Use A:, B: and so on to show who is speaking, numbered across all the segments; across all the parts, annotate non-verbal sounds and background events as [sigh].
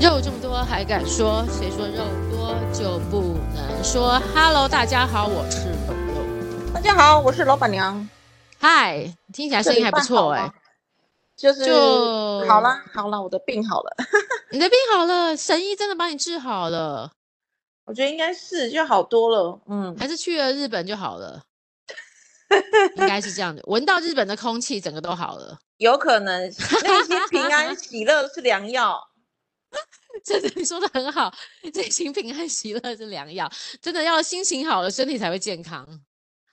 A: 肉这么多还敢说？谁说肉多就不能说？Hello，大家好，我是肉肉。
B: 大家好，我是老板娘。
A: 嗨，听起来声音还不错哎、
B: 就是
A: 就
B: 好啦，好啦，我的病好了，
A: 你的病好了，神医真的把你治好了，
B: 我觉得应该是就好多了。嗯，
A: [laughs] 还是去了日本就好了？应该是这样的，闻到日本的空气，整个都好了，
B: 有可能那些平安喜乐是良药。
A: 真的你说的很好，这情平安喜乐是良药，真的要心情好了，身体才会健康。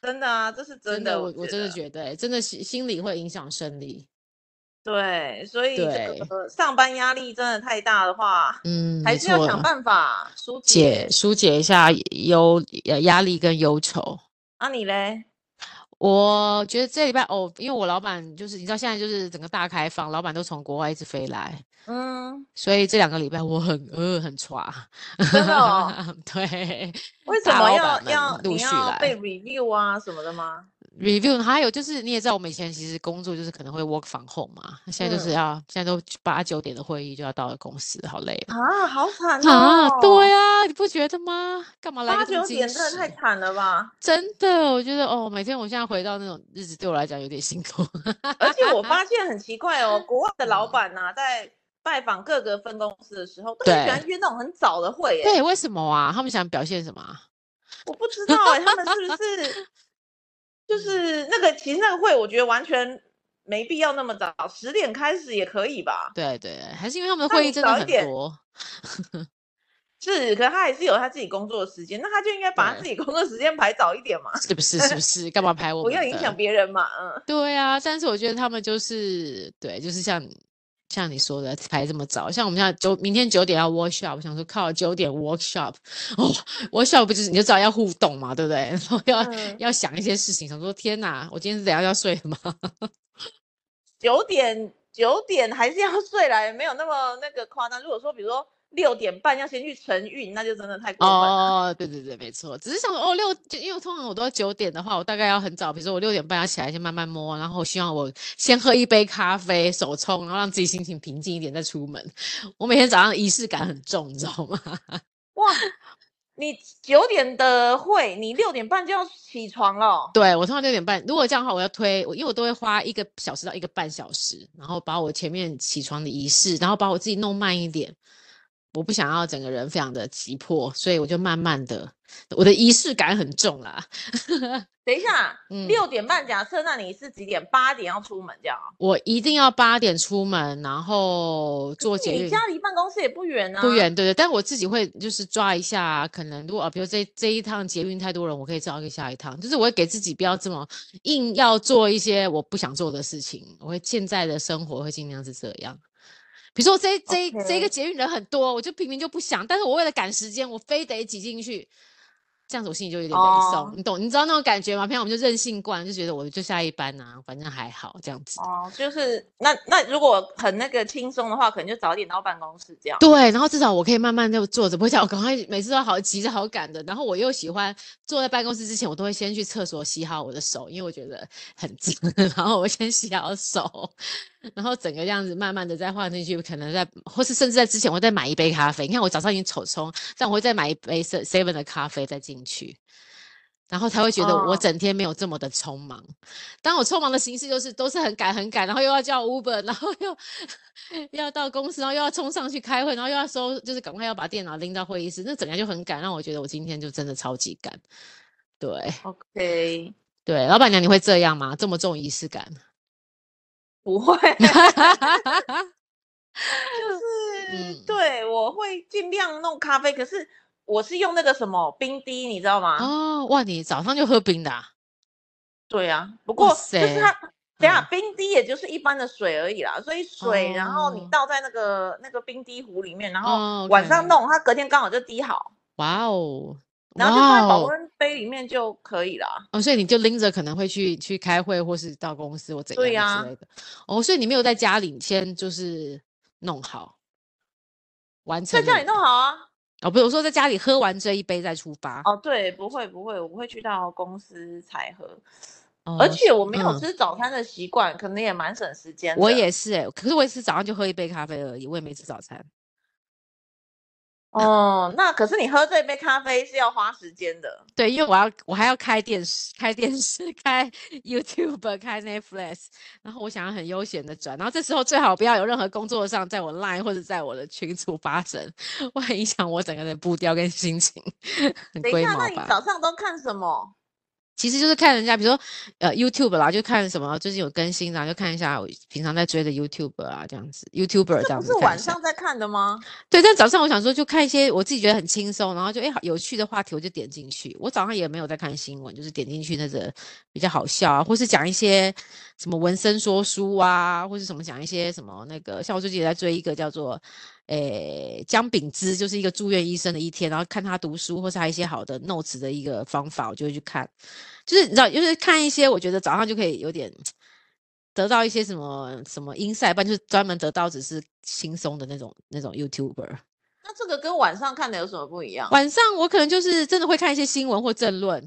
B: 真的啊，这是真
A: 的，
B: 的，
A: 我我真的
B: 觉
A: 觉
B: 得
A: 得、欸，真的心心理会影响生理。
B: 对，所以这
A: 对
B: 个上班压力真的太大的话，
A: 嗯，
B: 还
A: 没
B: 是要
A: 错
B: 想办法疏
A: 解
B: 解。
A: 疏解一下忧呃压力跟忧愁。
B: 啊，你嘞？
A: 我觉得这礼拜哦，因为我老板就是你知道现在就是整个大开放，老板都从国外一直飞来，
B: 嗯，
A: 所以这两个礼拜我很呃很抓，
B: 真的哦
A: [laughs] 对
B: 为什
A: 大
B: 么
A: 老
B: 要
A: 板们
B: 要
A: 陆
B: 你
A: 续
B: 要
A: 来
B: 被 review 啊什么的吗？
A: review，还有就是你也知道我们以前其实工作就是可能会 work from home 嘛，那现在就是
B: 嗯
A: 要、现在都八九点的会议就要到了公司，好累哦。
B: 啊，好惨
A: 啊，对
B: 呀，
A: 啊，你不觉得吗？干嘛来
B: 八
A: 个这么
B: 九
A: 精
B: 点真的
A: 实？
B: 太惨了吧！
A: 真的，我觉得哦，每天我现在回到那种日子，对我来讲有点辛苦。
B: 而且我
A: [laughs]
B: 发现很奇怪哦，国外的老
A: 嗯
B: 板呐、在拜访各个分公司的时候，都很喜欢约那种很早的会、耶。
A: [laughs] 对，为什么啊？他们想表现什么啊？
B: 我不知道、哎，他们是不
A: [laughs]
B: 是
A: 嗯
B: 就是那个？其实那个会，我觉得完全没必要那么早，十点开始也可以吧？
A: 对对，还是因为他们的
B: 那
A: 会
B: 你
A: 议真的
B: 早一
A: 很
B: 点
A: 多。
B: 是，可他还是有他自己工作的时间，那他就应该把他
A: 对
B: 自己工作时间排早一点嘛，
A: 是不是？是不是？干嘛排 [laughs] 我
B: [laughs] 不
A: 们
B: 要影
A: 的
B: 响别人嘛。嗯，
A: 对啊，但是我觉得他们就是对，就是像你像你说的排这么早，像我们现在九明天九点要 workshop，我想说靠九点 workshop [laughs] 哦，workshop 不就是你就知道要互动嘛，对不对？ [laughs] 然后要、
B: 嗯
A: 要想一些事情，想说天哪，我今天是怎样要睡了吗？
B: 九点九点还是要睡啦，也没有那么那个夸张。如果说比如说六点半要先去晨运，那就真的太过分了。
A: 哦，对对对，没错，只是想说哦六，就因为通常我都九点的话，我大概要很早，比如说我六点半要起来，先慢慢摸，然后希望我先喝一杯咖啡，手冲，然后让自己心情平静一点再出门。我每天早上仪式感很重，你知道吗？ [laughs]
B: 哇，你九点的会，你六点半就要起床了哦。
A: 对，我通常六点半，如果这样的话，我要推，我因为我都会花一个小时到一个半小时，然后把我前面起床的仪式，然后把我自己弄慢一点。我不想要整个人非常的急迫，所以我就慢慢的，我的仪式感很重啦。
B: 等一下，
A: 嗯
B: 六点半假设，那你是几点？八点要出门这样哦？
A: 我一定要八点出门，然后坐捷
B: 你
A: 运。
B: 家离办公室也不远啊。
A: 不。远，对对，但我自己会就是抓一下，可能如果啊，比如这这一趟捷运太多人，我可以照一个下一趟，就是我会给自己不要这么硬要做一些我不想做的事情，我会现在的生活会尽量是这样。比如说我这这这个
B: OK
A: 捷运人很多，我就平明就不想，但是我为了赶时间，我非得挤进去，这样子我心里就有点难受，
B: 哦
A: 你懂？你知道那种感觉吗？平常我们就任性惯，就觉得我就下一班啊，反正还好这样子。
B: 哦，就是那那如果很那个轻松的话，可能就早点到办公室这样。
A: 对，然后至少我可以慢慢就坐着，不会像我赶快每次都好急着好赶的。然后我又喜欢坐在办公室之前，我都会先去厕所洗好我的手，因为我觉得很脏。 [laughs] 然后我先洗好手，然后整个这样子慢慢的再换进去，可能在或是甚至在之前我再买一杯咖啡。你看我早上已经手冲，但我会再买一杯 se- seven 的咖啡再进去。然后才会觉得我
B: 哦
A: 整天没有这么的匆忙。当我匆忙的形式就是都是很赶很赶，然后又要叫 Uber，然后又 [laughs] 要到公司，然后又要冲上去开会，然后又要收，就是赶快要把电脑拎到会议室，那整个就很赶，让我觉得我今天就真的超级赶。对
B: OK，
A: 对，老板娘你会这样吗？这么重仪式
B: [laughs]
A: 感？
B: 不会，就是、
A: [laughs] 嗯
B: 对，我会尽量弄咖啡，可是我是用那个什么冰滴，你知道吗？
A: 哦，哇，你早上就喝冰的、啊？
B: 对啊，不
A: 哇
B: 过就是
A: 塞
B: 它，等下
A: 嗯
B: 冰滴也就是一般的水而已啦，所以水，然后你
A: 哦
B: 倒在那个那个冰滴壶里面，然
A: 哦
B: 后晚上
A: ，OK
B: 弄，它隔天刚好就滴好，
A: 哇哦，
B: 然后就放在
A: 哇
B: 保
A: 哦
B: 温杯里面就可以啦。
A: 哦，所以你就拎着可能会去去开会，或是到公司或怎
B: 对
A: 样的
B: 呀
A: 之类的。哦，所以你没有在家里先就是弄好，完成
B: 在
A: 了
B: 家里
A: 你
B: 弄
A: 的
B: 好啊。
A: 哦，不是我说在家里喝完这一杯再出发。
B: 哦，对，不会不会，我会去到公司才喝，
A: 哦
B: 而且我没有
A: 嗯
B: 吃早餐的习惯，可能
A: 哦
B: 也蛮省时间的。
A: 欸我也是哎、可是我也是早上就喝一杯咖啡而已，我也没吃早餐。
B: 哦，那可是你喝这杯咖啡是要花时间的，
A: 对，因为我要我还要开电视、开电视、开 YouTube、开 [laughs] Netflix，然后我想要很悠闲的转，然后这时候最好不要有任何工作上在我 Line 或者在我的群组发 [laughs] 生，会影响我整个的步调跟心情， [laughs] 很
B: 等一
A: 龟
B: 下，
A: 毛
B: 那你
A: 吧。
B: 早上都看什么？
A: 其实就是看人家，比如说呃 YouTube 啦，就看什么最近有更新的啊，然后就看一下我平常在追的 YouTube 啊，这样子 YouTuber 这
B: 这
A: 样
B: 不
A: 子
B: 是
A: 看一
B: 晚
A: 下
B: 上在看的吗？
A: 对，但早上我想说，就看一些我自己觉得很轻松，然后就哎、诶好有趣的话题，我就点进去。我早上也没有在看新闻，就是点进去那个比较好笑啊，或是讲一些什么文生说书啊，或是什么讲一些什么那个，像我最近也在追一个叫做诶、江秉之，就是一个住院医生的一天，然后看他读书，或是他一些好的 notes 的一个方法，我就会去看。就是你知道，就是看一些我觉得早上就可以有点得到一些什么什么 insight，不然就是专门得到只是轻松的那种那种 YouTuber。
B: 那这个跟晚上看的有什么不一样
A: 晚上我可能就是真的会看一些新闻或政论，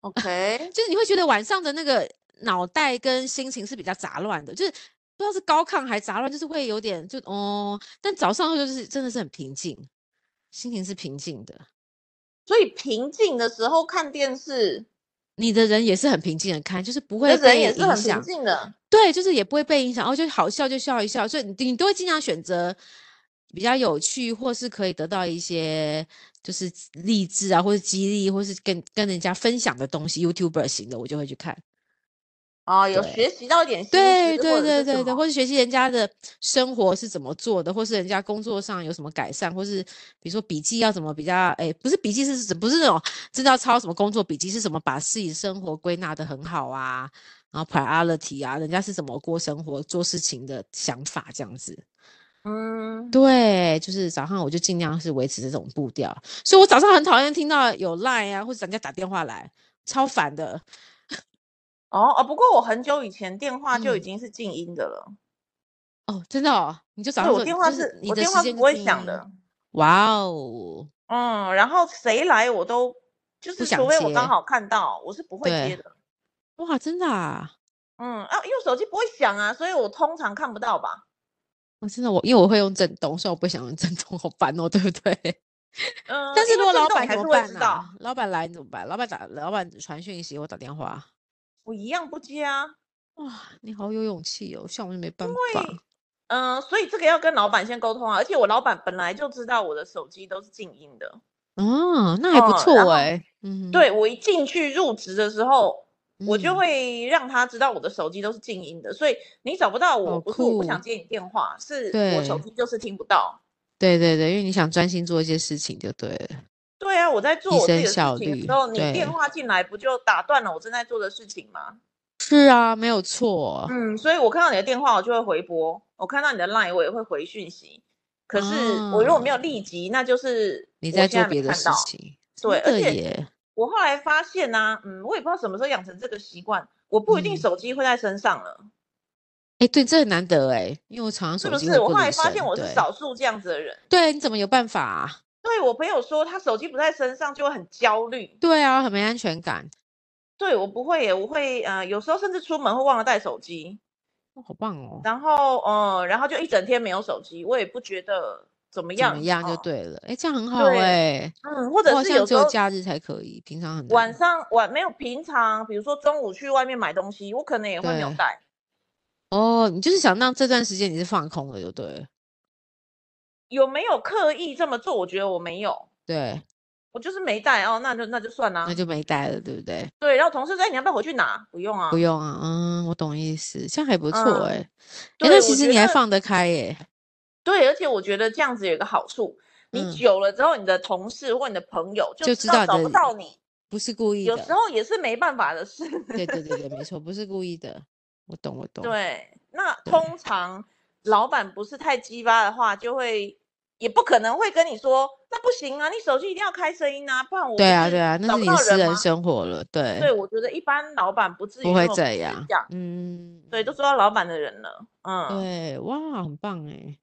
B: ？OK，
A: 就是你会觉得晚上的那个脑袋跟心情是比较杂乱的，就是不知道是高亢还杂乱，就是会有点就哦，但早上就是真的是很平静，心情是平静的。
B: 所以平静的时候看电视，
A: 你的人也是很平静的看，就是不
B: 那
A: 会
B: 人
A: 被
B: 也是
A: 影
B: 很平
A: 响，
B: 静的。
A: 对，就是也不会被影响，哦，就好笑就笑一笑，所以你你都会尽量选择比较有趣，或是可以得到一些就是励志啊，或是激励，或是跟跟人家分享的东西，YouTuber 型的我就会去看。
B: 哦，有
A: 对
B: 学习到一点新
A: 对
B: 知，
A: 对
B: 或者
A: 对
B: 是
A: 对
B: 什
A: 对，
B: 么？
A: 或是学习人家的生活是怎么做的，或是人家工作上有什么改善，或是比如说笔记要怎么比较，哎，不是笔记是指不是那种知道抄什么工作笔记，是什么把自己生活归纳的很好啊，然后 priority 啊，人家是怎么过生活、做事情的想法这样子。
B: 嗯，
A: 对，就是早上我就尽量是维持这种步调，所以我早上很讨厌听到有 line 啊，或者人家打电话来，超烦的。
B: 哦哦，不过我很久以前电话就已
A: 嗯
B: 经是静音的了，
A: 哦，真的哦，你就早
B: 对
A: 上
B: 我
A: 说
B: 电话
A: 就是
B: 是
A: 你
B: 我
A: 的
B: 电
A: 时
B: 话
A: 间
B: 不
A: 是
B: 会
A: 静
B: 响
A: 音。
B: 的，
A: 哇哦，
B: 嗯，然后谁来我都就
A: 不
B: 是除
A: 想
B: 非我刚
A: 接，
B: 好看到，我是不会
A: 对，
B: 接的。
A: 哇，真的啊，
B: 嗯啊，因为手机不会响啊，所以我通常看不到吧。
A: 我真的我因为我会用震动，所以我不想用震动，好烦哦，对不对？ [laughs]
B: 嗯，
A: 但是
B: 因
A: 如果
B: 为震
A: 老
B: 动你
A: 板
B: 还
A: 怎么
B: 是会
A: 办
B: 知
A: 呢、
B: 道，
A: 啊？老板来你怎么办？老板打，老板传讯息，我打电话。
B: 我一样不接啊。
A: 哇，你好有勇气哦，像我就没办
B: 对，
A: 法。
B: 嗯、所以这个要跟老板先沟通啊。而且我老板本来就知道我的手机都是静音的，
A: 哦，那还不
B: 嗯，然
A: 错
B: 后
A: 哎、嗯
B: 对我一进去入职的时候，我就
A: 嗯，
B: 会让他知道我的手机都是静音的，所以你找不到我，
A: 好
B: 不是我不想
A: 酷，
B: 接你电话，是我手
A: 对
B: 机就是听不到。
A: 对对对，因为你想专心做一些事情就对了，
B: 对啊，我在做
A: 提
B: 我自
A: 升
B: 己的事
A: 效
B: 情的时
A: 率，
B: 候，你电
A: 对，
B: 话进来不就打断了我正在做的事情吗？
A: 是啊，没有错
B: 嗯，所以我看到你的电话，我就会回拨；我看到你的 line，我也会回讯息。可是我如果没有
A: 啊。
B: 立即，那就是
A: 你
B: 我
A: 在
B: 现
A: 做
B: 在没
A: 别的
B: 看
A: 事
B: 到。
A: 情，
B: 对，
A: 真的
B: 而且
A: 耶，
B: 我后来发现呢、嗯，我也不知道什么时候养成这个习惯，我不一定
A: 嗯，
B: 手机会在身上了，
A: 哎，对，这很难得哎，因为我常常
B: 是
A: 手
B: 不
A: 机
B: 是？
A: 会
B: 我
A: 不
B: 后
A: 离
B: 来发现
A: 身，
B: 我是
A: 对，
B: 少数这样子的人。
A: 对，你怎么有办法啊？
B: 对我朋友说，他手机不在身上就会很焦虑。
A: 对啊，很没安全感，
B: 对我不会耶，我会呃，有时候甚至出门会忘了带手机，
A: 哇好棒哦，
B: 然后呃，然后就一整天没有手机，我也不觉得怎
A: 怎
B: 么
A: 么
B: 样
A: 样就
B: 哦。
A: 对了，哎，这样很好
B: 对，
A: 哎，
B: 嗯，或
A: 我
B: 者
A: 好
B: 是
A: 像
B: 有
A: 只
B: 时
A: 有
B: 候
A: 假日才可以，平常很
B: 晚
A: 难，
B: 上晚没有平常，比如说中午去外面买东西，我可能也会没有
A: 对，
B: 带。
A: 哦，你就是想让这段时间你是放空的，就对了，
B: 有没有刻意这么做？我觉得我没有，
A: 对，
B: 我就是没带哦，那就那就算
A: 那
B: 啦、
A: 就没带了，对不对？
B: 对，然后同事说：“哎，你要不要回去拿？”不用
A: 不
B: 啊，
A: 用啊，嗯，我懂意思，这样还不错哎，
B: 嗯，
A: 哎，
B: 对，
A: 那其
B: 我
A: 实
B: 觉
A: 你
B: 得
A: 还放得开耶，
B: 对，而且我觉得这样子有一个好处，你
A: 嗯，
B: 久了之后，你的同事或你的朋友就
A: 就
B: 知
A: 知
B: 道
A: 道你
B: 找不
A: 的
B: 到你，
A: 不是故意
B: 有时
A: 的。
B: 候也是没办法的事。 [laughs]
A: 对对对对，没错，不是故意的，我懂我懂，
B: 对，那
A: 对
B: 通常老板不是太鸡巴的话，就会也不可能会跟你说，那不行啊，你手机一定要开声音啊，不然我
A: 对
B: 不
A: 啊对
B: 是
A: 啊，那是
B: 找不
A: 你的
B: 到
A: 私
B: 人
A: 人
B: 吗？
A: 生活了，对，啊
B: 对，我觉得一般老板不至
A: 不
B: 于那
A: 会
B: 么
A: 这
B: 明确
A: 样，
B: 这样，
A: 嗯，
B: 对，都说到老板的人了，嗯，
A: 对，哇，很棒哎，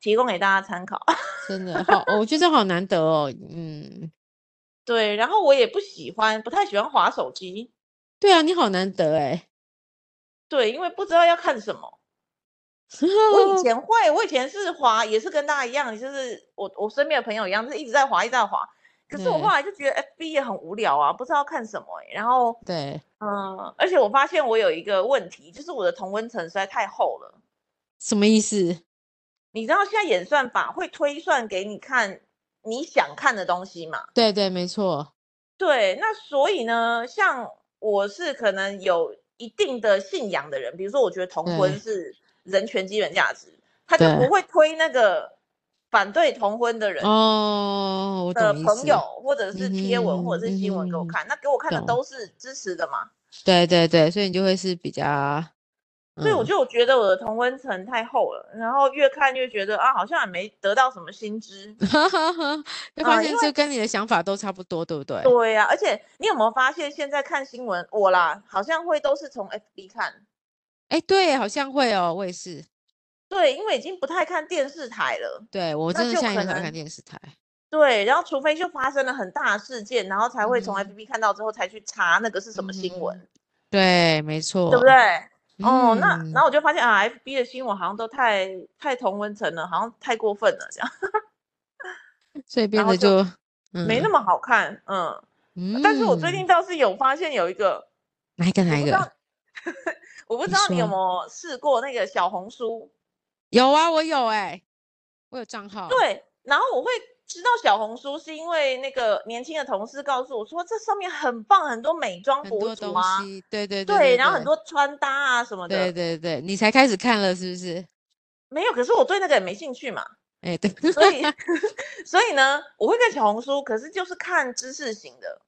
B: 提供给大家参考。
A: 真的好，我觉得好难得哦，嗯，
B: 对，然后我也不喜欢，不太喜欢划手机，
A: 对啊，你好难得哎，
B: 对，因为不知道要看什么。 [laughs]
A: 嗯
B: 我以前会，我以前是滑，也是跟大家一样，就是我我身边的朋友一样，就是一直在滑，一直在滑。可是我
A: 对
B: 后来就觉得 FB 也很无聊啊，不知道看什么、欸、然后，
A: 对，
B: 嗯，而且我发现我有一个问题，就是我的同温层实在太厚了。
A: 什么意思？
B: 你知道现在演算法会推算给你看你想看的东西嘛？
A: 对对，没错，
B: 对，那所以呢，像我是可能有一定的信仰的人，比如说我觉得同
A: 对
B: 婚是人权基本价值，他就不
A: 对
B: 会推那个反对同婚的人
A: 哦，我
B: 的
A: 懂意
B: 朋
A: 思
B: 友，或者是贴文，
A: 嗯
B: 或者是新闻给我
A: 嗯
B: 看，那给我看的
A: 懂
B: 都是支持的嘛。
A: 对对对，所以你就会是比较，
B: 所以我
A: 嗯
B: 就觉得我的同温层太厚了，然后越看越觉得啊，好像也没得到什么新知。
A: 哈哈哈，就发
B: 呃
A: 现
B: 因
A: 这跟你的想法都差不多，对不对？
B: 对呀、而且你有没有发现现在看新闻，我啦好像会都是从 FB 看，
A: 哎，对，好像会哦，我也是。
B: 对，因为已经不太看电视台了。
A: 对我
B: 那
A: 真的
B: 就
A: 现在也
B: 可
A: 很少看
B: 能
A: 电视台，
B: 对，然后除非就发生了很大的事件，然后才会从
A: 嗯
B: FB 看到之后才去查那个是什么新闻，
A: 对，没错，
B: 对不对？哦，那
A: 嗯
B: 然后我就发现啊，FB 的新闻好像都太太同温层了，好像太过分了，这样、
A: 所以变
B: 后
A: 得
B: 就
A: 就
B: 没那
A: 么。
B: 么好看。嗯，
A: 嗯，
B: 但是我最近倒是有发现有一个，
A: 哪一个哪
B: 我
A: 一
B: 不知
A: 个
B: 道，我不
A: 你
B: 知道你有
A: 说
B: 没有试过那个小红书，
A: 有啊，我有哎、我有账号。
B: 对，然后我会知道小红书是因为那个年轻的同事告诉我说，这上面很棒，很多美妆
A: 很多
B: 博
A: 东
B: 主啊，
A: 西，对对
B: 对，然后很
A: 对
B: 多穿搭啊什么
A: 对
B: 的，
A: 对对，你才开始看了是不是？
B: 没有，可是我对那个也没兴趣嘛，
A: 哎，对，
B: 所
A: [laughs]
B: 以 [laughs] 所以呢，我会看小红书，可是就是看知识型的，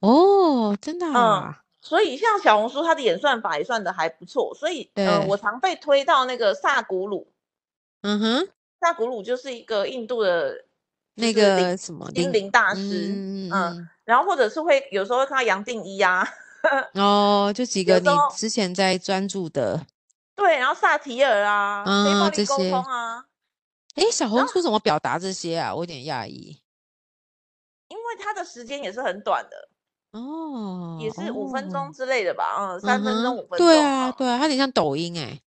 A: 哦，真的
B: 嗯
A: 啊，
B: 所以像小红书它的演算法也算的还不错，所以呃，
A: 对
B: 我常被推到那个萨古鲁，
A: 嗯哼，
B: 萨古鲁就是一个印度的。就
A: 那
B: 是灵
A: 个什么
B: 心
A: 灵
B: 灵大师，
A: 嗯嗯
B: 嗯然后或者是会有时候会看到杨定一啊， [laughs]
A: 嗯，哦，就几
B: 有
A: 个
B: 时
A: 你
B: 候
A: 之前在专注的，
B: 对，然后萨提尔啊，非
A: 啊
B: 暴
A: 这
B: 力沟
A: 些
B: 通啊，
A: 哎，小红书怎么表达这些啊？我有点讶异。
B: 因为他的时间也是很短的，
A: 哦，
B: 也是五分
A: 哦
B: 钟，之类的吧，嗯，三
A: 嗯
B: 分
A: 哼
B: 钟、五，分钟，
A: 对啊，
B: 嗯
A: 对啊，它有点像抖音哎、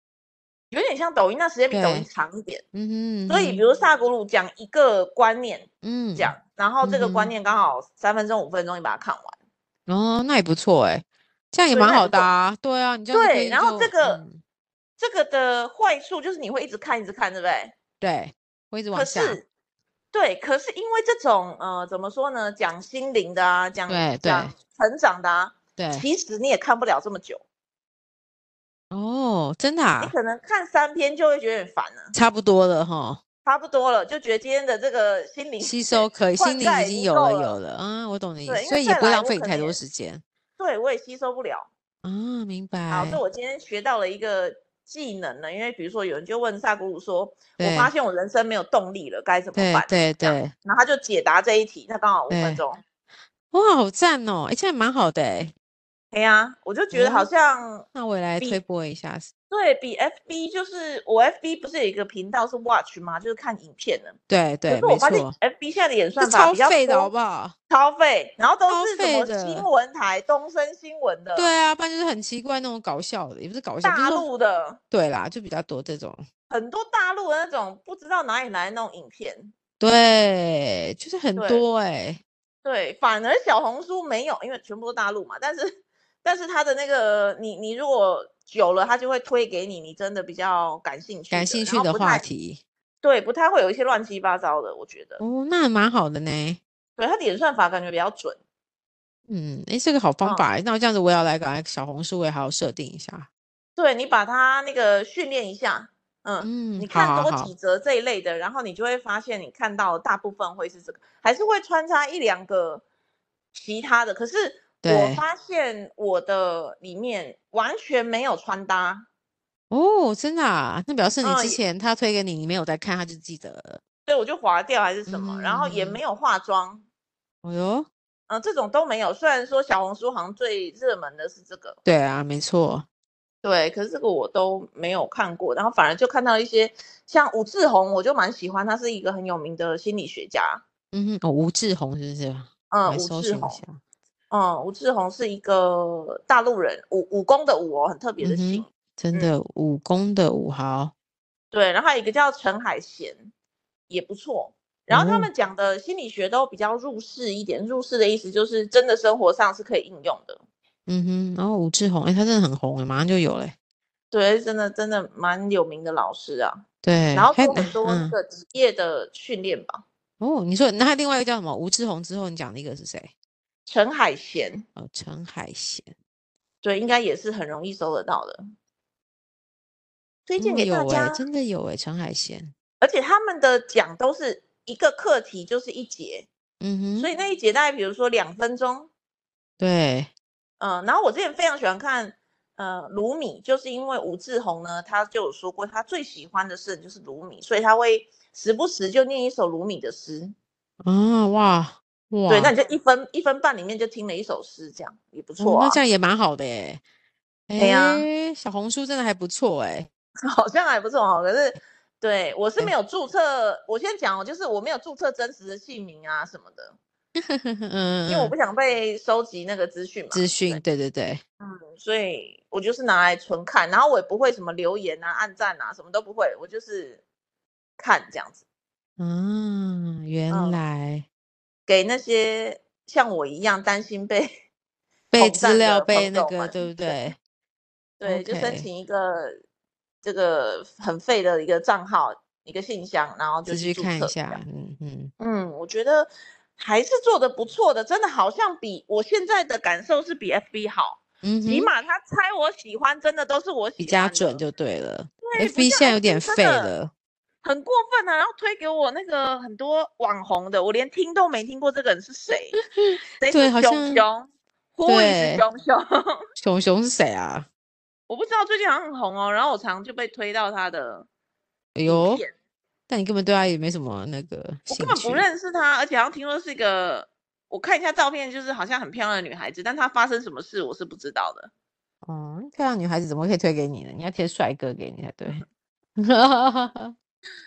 B: 有点像抖音，那时间比抖
A: 对
B: 音长一点。
A: 嗯哼，
B: 所以，比如萨古鲁讲一个观念，
A: 嗯哼，
B: 讲，然后这个
A: 嗯
B: 观
A: 哼
B: 念刚好三分钟、五分钟，你把它看完。
A: 嗯，哦，那也不错哎、这样也
B: 对
A: 蛮
B: 那也
A: 好
B: 不
A: 的
B: 错
A: 啊，对啊，你这样就可
B: 对，
A: 以
B: 然后这
A: 就
B: 个、
A: 嗯、
B: 这个的坏处就是你会一直看，一直看，对不对？
A: 对，会一直往
B: 可
A: 下，
B: 是，对，可是因为这种呃，怎么说呢，讲心灵的啊，讲
A: 对
B: 讲
A: 对
B: 成长的啊，
A: 对，
B: 其实你也看不了这么久，
A: 哦，真的
B: 你
A: 啊，
B: 可能看三篇就会觉得有点烦了、
A: 差不多了哈，
B: 差不多了，就觉得今天的这个心灵
A: 吸收可以，
B: 灌
A: 心里
B: 溉
A: 已经
B: 经
A: 有了
B: 够了
A: 有了啊，我懂你意思，
B: 对因
A: 所
B: 为
A: 以也
B: 再
A: 不会
B: 来
A: 浪
B: 我
A: 费你
B: 可
A: 太
B: 能
A: 多
B: 也
A: 时间
B: 对我也吸收不了。
A: 啊，明
B: 好，这
A: 白，
B: 我今天学到了一个技能呢，因为比如说有人就问萨古鲁说，我
A: 对
B: 发现我人生没有动力了，该怎么
A: 对
B: 办？
A: 对
B: 这样
A: 对，
B: 然后他就解答这一题，那刚好五
A: 对
B: 分钟。
A: 哇，好赞哦，哎，这样蛮好的哎，
B: 哎呀，我就觉得好
A: 哦
B: 像
A: 那我也来
B: 比
A: 推播一下，
B: 对比 FB，就是我 FB 不是有一个频道是 Watch 吗？就是看影片的。
A: 对
B: 可
A: 对，
B: 是我
A: 没
B: 发现
A: 错，
B: FB 现在的演
A: 这
B: 算法
A: 超
B: 比较
A: 废的好
B: 多
A: 不好？
B: 超费，然后
A: 超
B: 都是什
A: 废
B: 么
A: 的
B: 新闻台、东森新闻的、
A: 对啊，不然就是很奇怪那种搞笑的，也不是搞笑，就是
B: 大
A: 说
B: 陆的，
A: 对啦，就比较多这种。
B: 很多大陆的那种不知道哪里来的那种影片。
A: 对，就是很
B: 对
A: 多哎、
B: 对，反而小红书没有，因为全部都大陆嘛。但是，但是它的那个你你如果久了，它就会推给你，你真的比较感兴趣的，
A: 感兴
B: 然
A: 趣
B: 后
A: 的
B: 不
A: 话
B: 太
A: 题
B: 对，不太会有一些乱七八糟的。我觉得，
A: 哦，那还蛮好的呢。
B: 对它的演算法感觉比较准。
A: 嗯，诶，这个好方
B: 嗯
A: 法欸。那我这样子，我也要来搞小红书，我也好好设定一下。
B: 对你把它那个训练一下，嗯，
A: 嗯
B: 你，
A: 好
B: 看
A: 好
B: 多
A: 好
B: 几，则这一类的，然后你就会发现，你看到的大部分会是这个，还是会穿插一两个其他的。可是我
A: 对
B: 发现我的里面完全没有穿搭，
A: 哦，真的啊，那表示你
B: 嗯
A: 之
B: 也
A: 前他推给你，你没有在看，他就记得了。
B: 对我就划掉还是什么，然后也
A: 嗯
B: 没有化妆，
A: 哦哟，
B: 嗯、这种都没有。虽然说小红书好像最热门的是这个，
A: 对啊，没错，
B: 对，可是这个我都没有看过，然后反而就看到一些像武志红，我就蛮喜欢，他是一个很有名的心理学家。
A: 嗯哼，哦，吴志宏是不是？我
B: 嗯，
A: 来
B: 吴
A: 搜
B: 志
A: 寻一
B: 宏，
A: 下。
B: 嗯，吴志宏是一个大陆人，武武功的武哦，很特别的
A: 嗯
B: 姓
A: 哼，真
B: 嗯
A: 的，武功的武豪。
B: 对，然后还有一个叫陈海贤，也不错。然后他
A: 哦
B: 们讲的心理学都比较入世一点，入世的意思就是真的生活上是可以应用的。
A: 嗯哼，然后吴志宏，哎、他真的很红诶，马上就有嘞。
B: 对，真的真的蛮有名的老师啊。
A: 对，
B: 然后
A: 还
B: 做很多那
A: 嗯
B: 个职业的训练吧。
A: 哦，你说那他另外一个叫什么？吴志宏之后，你讲的一个是谁？
B: 陈海贤，
A: 哦，陈海贤，
B: 对，应该也是很容易搜得到的，推荐
A: 哦
B: 给大
A: 有哎、
B: 家。
A: 真的有哎、陈海贤，
B: 而且他们的讲都是一个课题就是一节，
A: 嗯
B: 所
A: 哼，
B: 以那一节大概比如说两分钟，
A: 对，
B: 嗯，然后我之前非常喜欢看，呃，鲁米，就是因为吴志宏呢，他就有说过他最喜欢的诗人就是鲁米，所以他会时不时就念一首鲁米的诗。
A: 啊，哇哇，
B: 对，那你就一分一分半里面就听了一首诗，这样也不错
A: 哦
B: 啊
A: 那，这样也蛮好的哎、欸。
B: 对啊
A: 小红书真的还不错哎、 [laughs]
B: 好像还不错哦。可是，对我
A: 嗯
B: 是没有注册，我先讲哦，就是我没有注册真实的姓名啊什么的，
A: 嗯，
B: 因为我
A: 嗯
B: 不想被收集那个资讯嘛，
A: 资讯，对对对，
B: 嗯所以我就是拿来纯看，然后我也不会什么留言啊、按赞啊，什么都不会，我就是看这样子。
A: 啊，原
B: 嗯
A: 来
B: 给那些像我一样担心被
A: 被
B: 统
A: 资
B: 战
A: 料
B: 的
A: 被
B: 朋
A: 那
B: 友
A: 个，
B: 们
A: 对不对？
B: 对，就申
A: OK
B: 请一个这个很废的一个账号、一个信箱，然后就
A: 仔细
B: 注
A: 看一
B: 册这样
A: 下，嗯嗯，
B: 嗯，我觉得还是做的不错的，真的好像比我现在的感受是比 FB 好，
A: 嗯
B: 起
A: 哼，
B: 码他猜我喜欢，真的都是我喜
A: 比
B: 欢
A: 较
B: 的
A: 准就对了。
B: 对不
A: FB 现
B: 像
A: 在有
B: FB
A: 点
B: 真
A: 废
B: 的
A: 了，
B: 很过分啊！然后推给我那个很多网红的，我连听都没听过这个人是谁，
A: [laughs] 对
B: 谁是
A: 好
B: 熊
A: 像
B: 熊，呼吁是
A: 对
B: 熊熊， [laughs]
A: 熊熊是谁啊？
B: 我不知道最近好像很红哦，然后我常就被推到他的
A: 哎
B: 影
A: 呦，
B: 片，
A: 但你根本对他也没什么那个
B: 我
A: 兴
B: 根本
A: 趣
B: 不。认识他，而且好像听说是一个，我看一下照片，就是好像很漂亮的女孩子，但她发生什么事我是不知道的。
A: 哦，漂亮女孩子怎么可以推给你呢？你要贴帅哥给你才对。嗯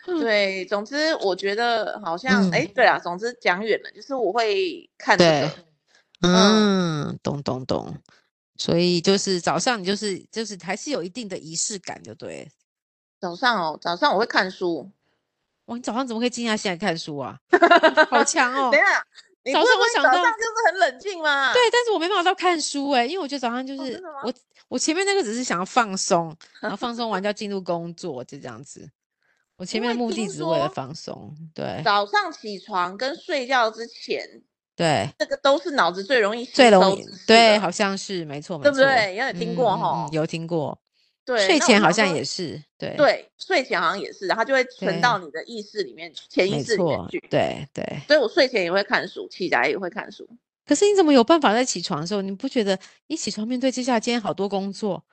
B: 对，总之我觉得好像，哎、
A: 嗯
B: 对啊，总之讲远了，就是我会看这个
A: 对，嗯，懂懂懂。所以就是早上你就是就是还是有一定的仪式感，就对了。
B: 早上哦，早上我会看书。
A: 哇，你早上怎么可以静下心来看书啊？好强
B: [laughs]
A: 哦！
B: 等一下，你
A: 早
B: 不是
A: 上我
B: 说你
A: 想
B: 早
A: 到
B: 上就是很冷静吗？
A: 对，但是我没办法到看书哎、因为我觉得早上就
B: 哦
A: 是、
B: 真的吗
A: 我我前面那个只是想要放松，然后放松
B: [laughs]
A: 完就要进入工作，就这样子。我前
B: 因
A: 面的
B: 为
A: 目的
B: 听
A: 只是为了
B: 说
A: 放松，对
B: 早上起床跟睡觉之前，
A: 对，
B: 这个都是脑子最容易
A: 最
B: 吸
A: 容
B: 收
A: 易
B: 知识
A: 对，
B: 的
A: 好像是没错没
B: 对不
A: 错，
B: 对？有点听过
A: 嗯嗯
B: 哈
A: 嗯，有听过，
B: 对，
A: 睡
B: 那我
A: 前
B: 就
A: 好
B: 想
A: 像
B: 说
A: 也是对，
B: 对，睡前好像也是，它就会存
A: 对
B: 到你的意识里面去，潜意
A: 没
B: 识里面
A: 错
B: 去。，
A: 对对。
B: 所以我睡前也会看书，起来也会看书。
A: 可是你怎么有办法在起床的时候，你不觉得一起床面对接下来今天好多工作，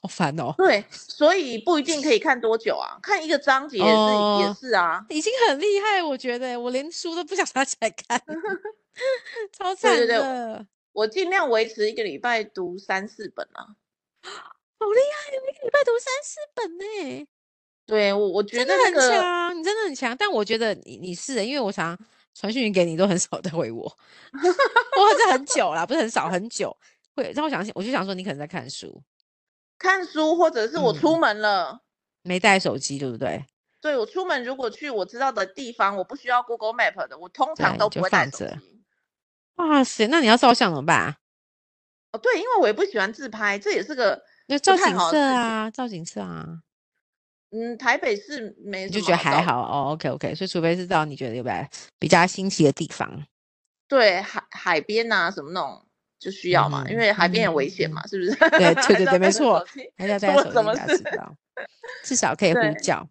A: 好烦哦？ [laughs]
B: 对，所以不一定可以看多久啊，看一个章节也是、也
A: 哦
B: 是啊。
A: 已经很厉害，我觉得我连书都不想拿起来
B: [laughs]
A: 看，超惨
B: 对对
A: 的，
B: 对我尽量维持一个礼拜读三四本啊。
A: 好厉害！我一个礼拜读三四本呢、
B: 对我，我觉
A: 真
B: 得
A: 的
B: 那
A: 很
B: 个
A: 强，啊你真的很强。但我觉得你你是的，因为我常传讯息给你，都很少在回我， [laughs] 我这很久啦，不是很少，很久会让我想起，我就想说你可能在看书，
B: 看书，或者是我出
A: 嗯
B: 门了，
A: 没带手机，对不对？
B: 对我出门如果去我知道的地方，我不需要 Google Map 的，我通常
A: 对
B: 都
A: 就
B: 不会带
A: 放
B: 手
A: 着
B: 机。
A: 哇塞，那你要照相怎么办啊？
B: 哦，对，因为我也不喜欢自拍，这也是个
A: 那
B: 不
A: 照
B: 太
A: 景
B: 好的
A: 色
B: 事情
A: 啊，照景色啊，
B: 嗯，台北市没
A: 你
B: 什
A: 就
B: 么
A: 觉得
B: 照
A: 还
B: 的
A: 好哦。OK OK，所以除非是到你觉得有点比较新奇的地方，
B: 对，海海边呐、什么那种就需要嘛，因
A: 嗯
B: 为海边也
A: 嗯
B: 危险
A: 嗯
B: 嘛，是不是？
A: 对对
B: [laughs] 还
A: 对
B: 是要
A: 对没
B: 带着
A: 错
B: 手机
A: 还是要
B: 出
A: 带
B: 了
A: 手
B: 什
A: 机
B: 么
A: 比较知
B: 事？
A: 道，至少可以呼
B: 对
A: 叫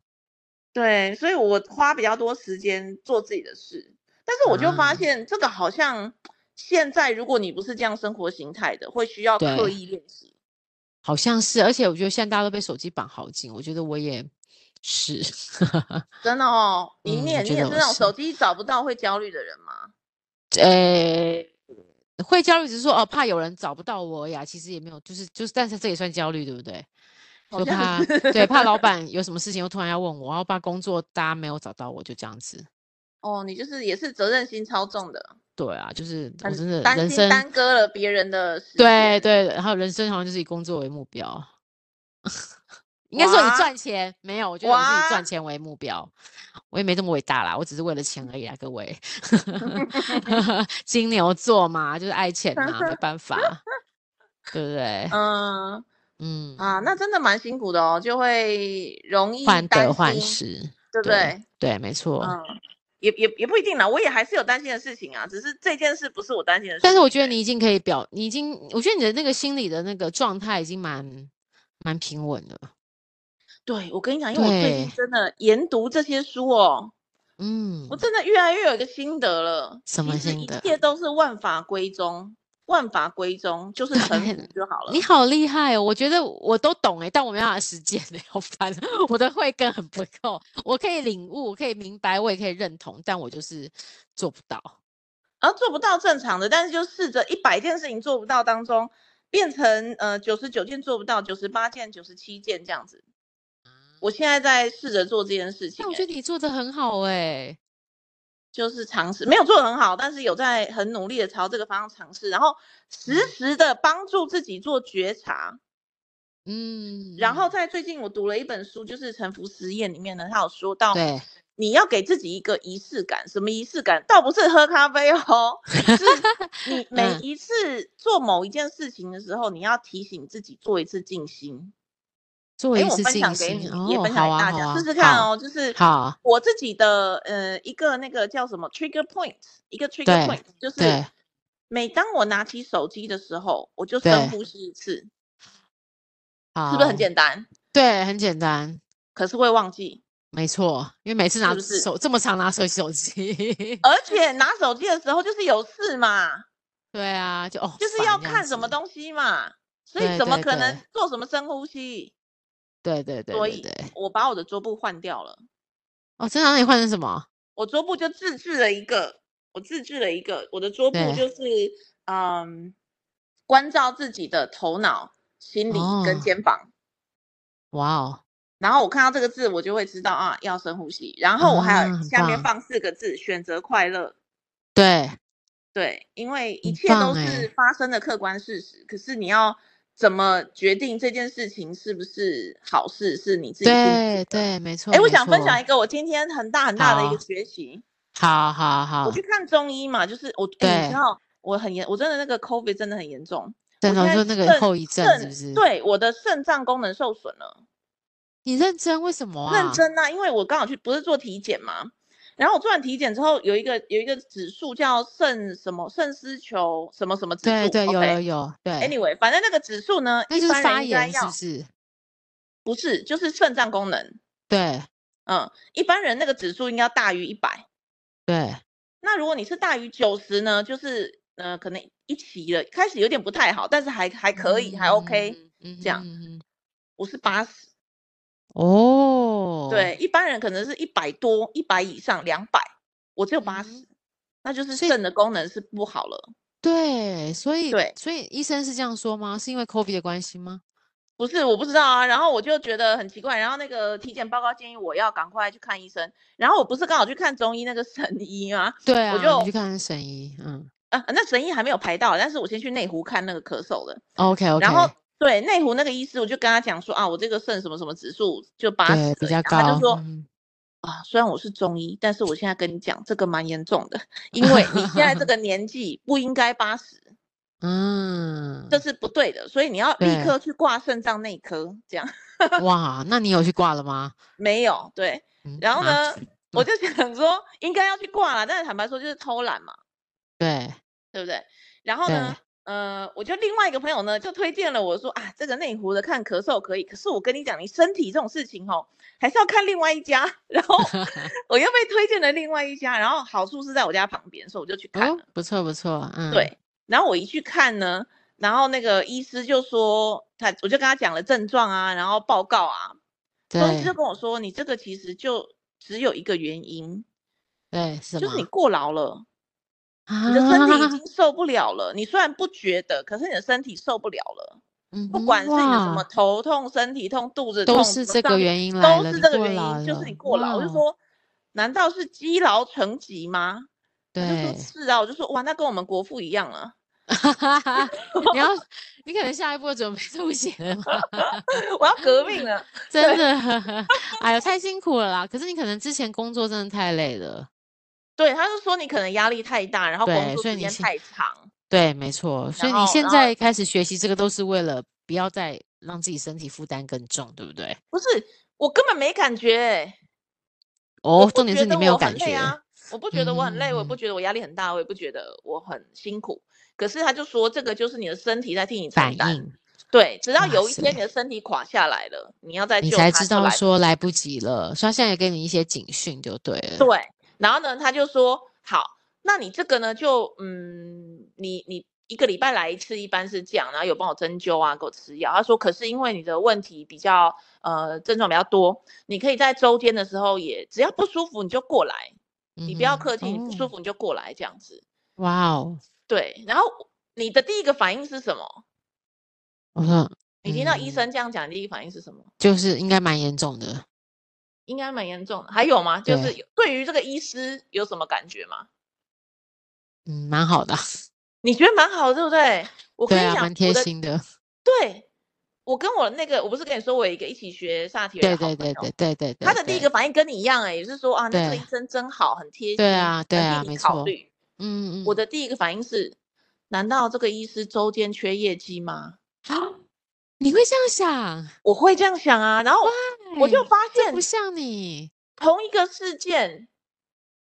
B: 对，所以我花比较多时间做自己的事，但是我就发
A: 啊。
B: 现这个好像现在如果你不是这样生活形态的，会需要刻
A: 对
B: 意练习。
A: 好像是，而且我觉得现在大家都被手机绑好紧，我觉得我也是，
B: 真的哦，
A: 嗯
B: 你你
A: 我
B: 也你
A: 觉
B: 也
A: 得
B: 是
A: 我
B: 那种
A: 是
B: 手机找不到会焦虑的人吗？
A: 呃，会焦虑只是说哦，怕有人找不到我呀，其实也没有，就是就是，但是这也算焦虑，对不对？
B: 好
A: 就
B: 像
A: 怕
B: 是
A: 对怕
B: [laughs]
A: 老板有什么事情又突然要问我，然后怕工作大家没有找到我，就这样子。
B: 哦，你就是也是责任心超重的，
A: 对啊，就是我真
B: 很
A: 的
B: 担
A: 人
B: 心
A: 生，
B: 耽搁了别人的时
A: 对
B: 间。
A: 对，然后人生好像就是以工作为目标。 [laughs] 应该说你
B: 哇
A: 赚钱没有，我觉得我自己
B: 哇
A: 赚钱为目标，我也没这么伟大啦，我只是为了钱而已啊，各
B: [laughs]
A: 位。金牛座嘛，就是爱钱嘛，没办
B: [laughs]
A: 法，对不对？
B: 嗯
A: 嗯，
B: 啊，那真的蛮辛苦的哦，就会容易
A: 患
B: 担
A: 得患
B: 心，
A: 失，
B: 对不
A: 对
B: 对？
A: 对，没错。
B: 嗯，也也也不一定啦，我也还是有担心的事情啊，只是这件事不是我担心的事情欸。
A: 但是我觉得你已经可以表，你已经，我觉得你的那个心理的那个状态已经蛮蛮平稳了。
B: 对我跟你讲，因为我最近
A: 对
B: 真的研读这些书哦，
A: 嗯
B: 我，真的越来越有一个心得了。
A: 什么
B: 其实
A: 心
B: 一
A: 得
B: 切都是万法归宗，万法归宗就是臣
A: 对
B: 服就好了
A: 你。好厉害哦！我觉得我都懂哎，但我没办法实践哎，好烦， [laughs] 我的慧根很不够。我可以领悟，我可以明白，我也可以认同，但我就是做不到。
B: 而做不到正常的，但是就试着一百件事情做不到当中，变成呃九十九件做不到，九十八件、九十七件这样子。我现在在试着做这件事情
A: 但
B: 欸、
A: 啊我觉得你做的很好哎，
B: 就是尝试，没有做得很好，但是有在很努力的朝这个方向尝试，然后实
A: 嗯
B: 时的帮助自己做觉察。
A: 嗯，
B: 然后
A: 嗯
B: 在最近我读了一本书，就是《沉浮实验》里面呢，他有说到，
A: 对，
B: 你要给自己一个仪式感，什么仪式感？倒不是喝咖
A: [laughs]
B: 啡哦，是你每
A: 嗯
B: 一次做某一件事情的时候，你要提醒自己做一次静心。
A: 做
B: 哎，
A: 一
B: 我
A: 次
B: 分享
A: 静
B: 给
A: 心
B: 你，，也
A: 哦，
B: 分享
A: 好
B: 给
A: 啊
B: 大
A: 好
B: 家、
A: 啊
B: 试试看
A: 好
B: 哦。就是
A: 好，
B: 我自己的呃一个那个叫什么 trigger point，一个
A: 对
B: trigger point，就是
A: 对
B: 每当我拿起手机的时候，我就
A: 对
B: 深呼吸一次，是
A: 好，
B: 不是很简单？
A: 对，很简单，
B: 可是会忘记。
A: 没错，因为每次拿
B: 不是哦
A: 手这么长拿手手机， [laughs]
B: 而且拿手机的时候就是有事嘛，
A: 对啊，就哦，
B: 就是
A: 烦
B: 要
A: 这样
B: 看什么
A: 子，
B: 东西嘛，所以
A: 对
B: 怎么
A: 对
B: 可能
A: 对
B: 做什么深呼吸？
A: 对对对
B: 所
A: 对
B: 以
A: 对，
B: 我把我的桌布换掉了，
A: 哦，真的，那你换成什么？
B: 我桌布就自制了一个，我自制了一个，我的桌布
A: 对
B: 就是嗯，关照自己的头脑、心理
A: 哦
B: 跟肩膀。
A: 哇哦，
B: 然后我看到这个字，我就会知道啊，要深呼吸。然后我还有
A: 啊很
B: 下面
A: 棒
B: 放四个字：选择快乐。
A: 对，
B: 对，因为一
A: 很
B: 切都
A: 棒欸
B: 是发生的客观事实，可是你要怎么决定这件事情是不是好事，是你自己
A: 对
B: 定。
A: 对，没错。
B: 哎，我
A: 没
B: 想分享
A: 错
B: 一个我今天很大很大的一
A: 好
B: 个学习。
A: 好好好
B: 我，去看中医嘛，就是我，诶你
A: 对
B: 知道我很严，我真的那个 COVID 真的很严重。
A: 真
B: 我
A: 的
B: 现
A: 就
B: 在
A: 那个
B: 肾
A: 后遗症
B: 肾
A: 是不是？，
B: 对，我的肾脏功能受损了。
A: 你认真为什么啊？
B: 认真啊，因为我刚好去不是做体检嘛，然后我做完体检之后，有一个有一个指数叫肾什么肾丝球什么什么指数，
A: 对对，有
B: OK
A: 有有，对，
B: Anyway，反正那个指数呢，
A: 哎那
B: 一
A: 就是
B: 般人
A: 发
B: 应该
A: 炎是
B: 要
A: 不是？
B: 不是，就是肾脏功能。
A: 对
B: 嗯，一般人那个指数应该要大于一百。
A: 对，
B: 那如果你是大于九十呢，就是呃，可能一起了，开始有点不太好，但是还还可以，还 OK。
A: 嗯，嗯
B: 这样
A: 嗯嗯嗯
B: 我是八十，
A: 哦，
B: 对，一般人可能是一百多、一百以上、两百，我只有八十、
A: 嗯
B: 那就是
A: 所以
B: 肾的功能是不好了。
A: 对，所以
B: 对
A: 所以医生是这样说吗？是因为 COVID 的关系吗？
B: 不是，我不知道啊。然后我就觉得很奇怪，然后那个体检报告建议我要赶快去看医生。然后我不是刚好去看中医那个 [laughs] 神医吗？
A: 对啊，
B: 就
A: 你去看神医，嗯
B: 啊，那神医还没有排到，但是我先去内湖看那个咳嗽的，
A: ，OK OK，
B: 然后对内湖那个医师，我就跟他讲说啊，我这个肾什么什么指数就八
A: 对，，
B: 十
A: 比较
B: 然后他
A: 高
B: 就，说
A: 嗯
B: 啊，虽然我是中医，但是我现在跟你讲，这个蛮严重的，因为你现在
A: [laughs]
B: 这个年纪不应该八十，
A: 嗯
B: 这，是不对的，所以你要立
A: 对
B: 刻去挂肾脏内科，这样 [laughs]
A: 哇，那你有去挂了吗？
B: 没有对，
A: 嗯
B: 然后
A: 啊
B: 呢，我就想说应该要去挂了，但是坦白说就是偷懒嘛，
A: 对
B: 对不对？然后呢，呃，我就另外一个朋友呢，就推荐了我说啊，这个内湖的看咳嗽可以，可是我跟你讲，你身体这种事情哦，还是要看另外一家。
A: [laughs]
B: 然后我又被推荐了另外一家，然后好处是在我家旁边，所以我就去看
A: 哦
B: 了。，
A: 不错不错，嗯，
B: 对，然后我一去看呢，然后那个医师就说他，我就跟他讲了症状啊，然后报告啊，中医
A: 对
B: 师就跟我说，你这个其实就只有一个原因，
A: 对，啊是
B: 就是你
A: 吗？
B: 过劳了。
A: 你
B: 你的身体已经受不了了。你虽然不觉得，可是你的身体受不了了。
A: 经
B: 不管是你的什么头痛、身体痛、肚子
A: 嗯
B: 痛，
A: 哦都
B: 什
A: 是
B: 么
A: 这
B: 上
A: 个
B: 面
A: 原因来
B: 都
A: 了，
B: 是
A: 你
B: 这个
A: 过
B: 原
A: 劳
B: 因，就是
A: 了嗯
B: 你过劳。我就
A: 哇
B: 说，难道是积劳成疾吗？他就说
A: 对，
B: [laughs] 是啊，我就说哇，那跟我们国父一样啊。
A: 你要你可能下一步准备吐血了嘛，
B: [laughs] 我要革命
A: [laughs]
B: 了。
A: 真的， [laughs] 哎呦，太辛苦了啦。可是你可能之前工作真的太累了，
B: 对，他是说你可能压力太大，然后
A: 对
B: 工作
A: 所以
B: 时
A: 你
B: 间
A: 现
B: 太长，
A: 对，没错。所以
B: 后
A: 你现
B: 然后
A: 在开始学习这个，都是为了不要再让自己身体负担更重，对不对？
B: 不是我根本没感觉、欸。我
A: 哦，
B: 不
A: 重点
B: 觉
A: 是你
B: 得
A: 没有
B: 我很
A: 感
B: 累
A: 觉，
B: 啊，我不觉得我很累，我也不
A: 嗯
B: 觉得我压力很大，我也不觉得我很辛苦。可是他就说，这个就是你的身体在替你
A: 反
B: 承担，
A: 应
B: 对，直到
A: 哇
B: 有一天
A: 塞
B: 你的身体垮下来了，你要再
A: 你
B: 救
A: 才
B: 它
A: 知
B: 就
A: 道
B: 来
A: 说来不及了。所以他现在也给你一些警讯，就对了。
B: 对，然后呢，他就说好，那你这个呢，就嗯，你你一个礼拜来一次，一般是这样，然后有帮我针灸啊，给我吃药。他说，可是因为你的问题比较呃症状比较多，你可以在周间的时候也只要不舒服你就过来，你不要
A: 嗯哼
B: 客气，你不舒
A: 哦
B: 服你就过来这样子。
A: 哇哦，
B: 对，然后你的第一个反应是什么？
A: 我说
B: 你听到医
A: 嗯
B: 生这样讲，你第一个反应是什么？
A: 就是应该蛮严重的。
B: 应该蛮严重的。还有吗？就是
A: 对
B: 有对于这个医师有什么感觉吗？
A: 嗯，蛮好的啊，
B: 你觉得蛮好的，对不对？我跟
A: 对
B: 你
A: 啊，
B: 讲，
A: 蛮贴
B: 我的
A: 心的，
B: 对，我跟我那个，我不是跟你说我有一个一起学萨提尔
A: 对
B: 的
A: 对
B: 好朋
A: 对
B: 友
A: 对，对对对。
B: 他的第一
A: 对
B: 个，反应跟你一样、欸，也是说啊，那这个
A: 对
B: 医生真好，很贴心，
A: 对啊对
B: 很
A: 啊
B: 替你
A: 没
B: 考
A: 错
B: 虑。
A: 嗯嗯，
B: 我的第一个反应是，难道这个医师周间缺业绩吗？
A: 你会这样想，
B: 我会这样想啊，然后我就
A: 哎
B: 发
A: 这
B: 现
A: 不像你，
B: 同一个事件，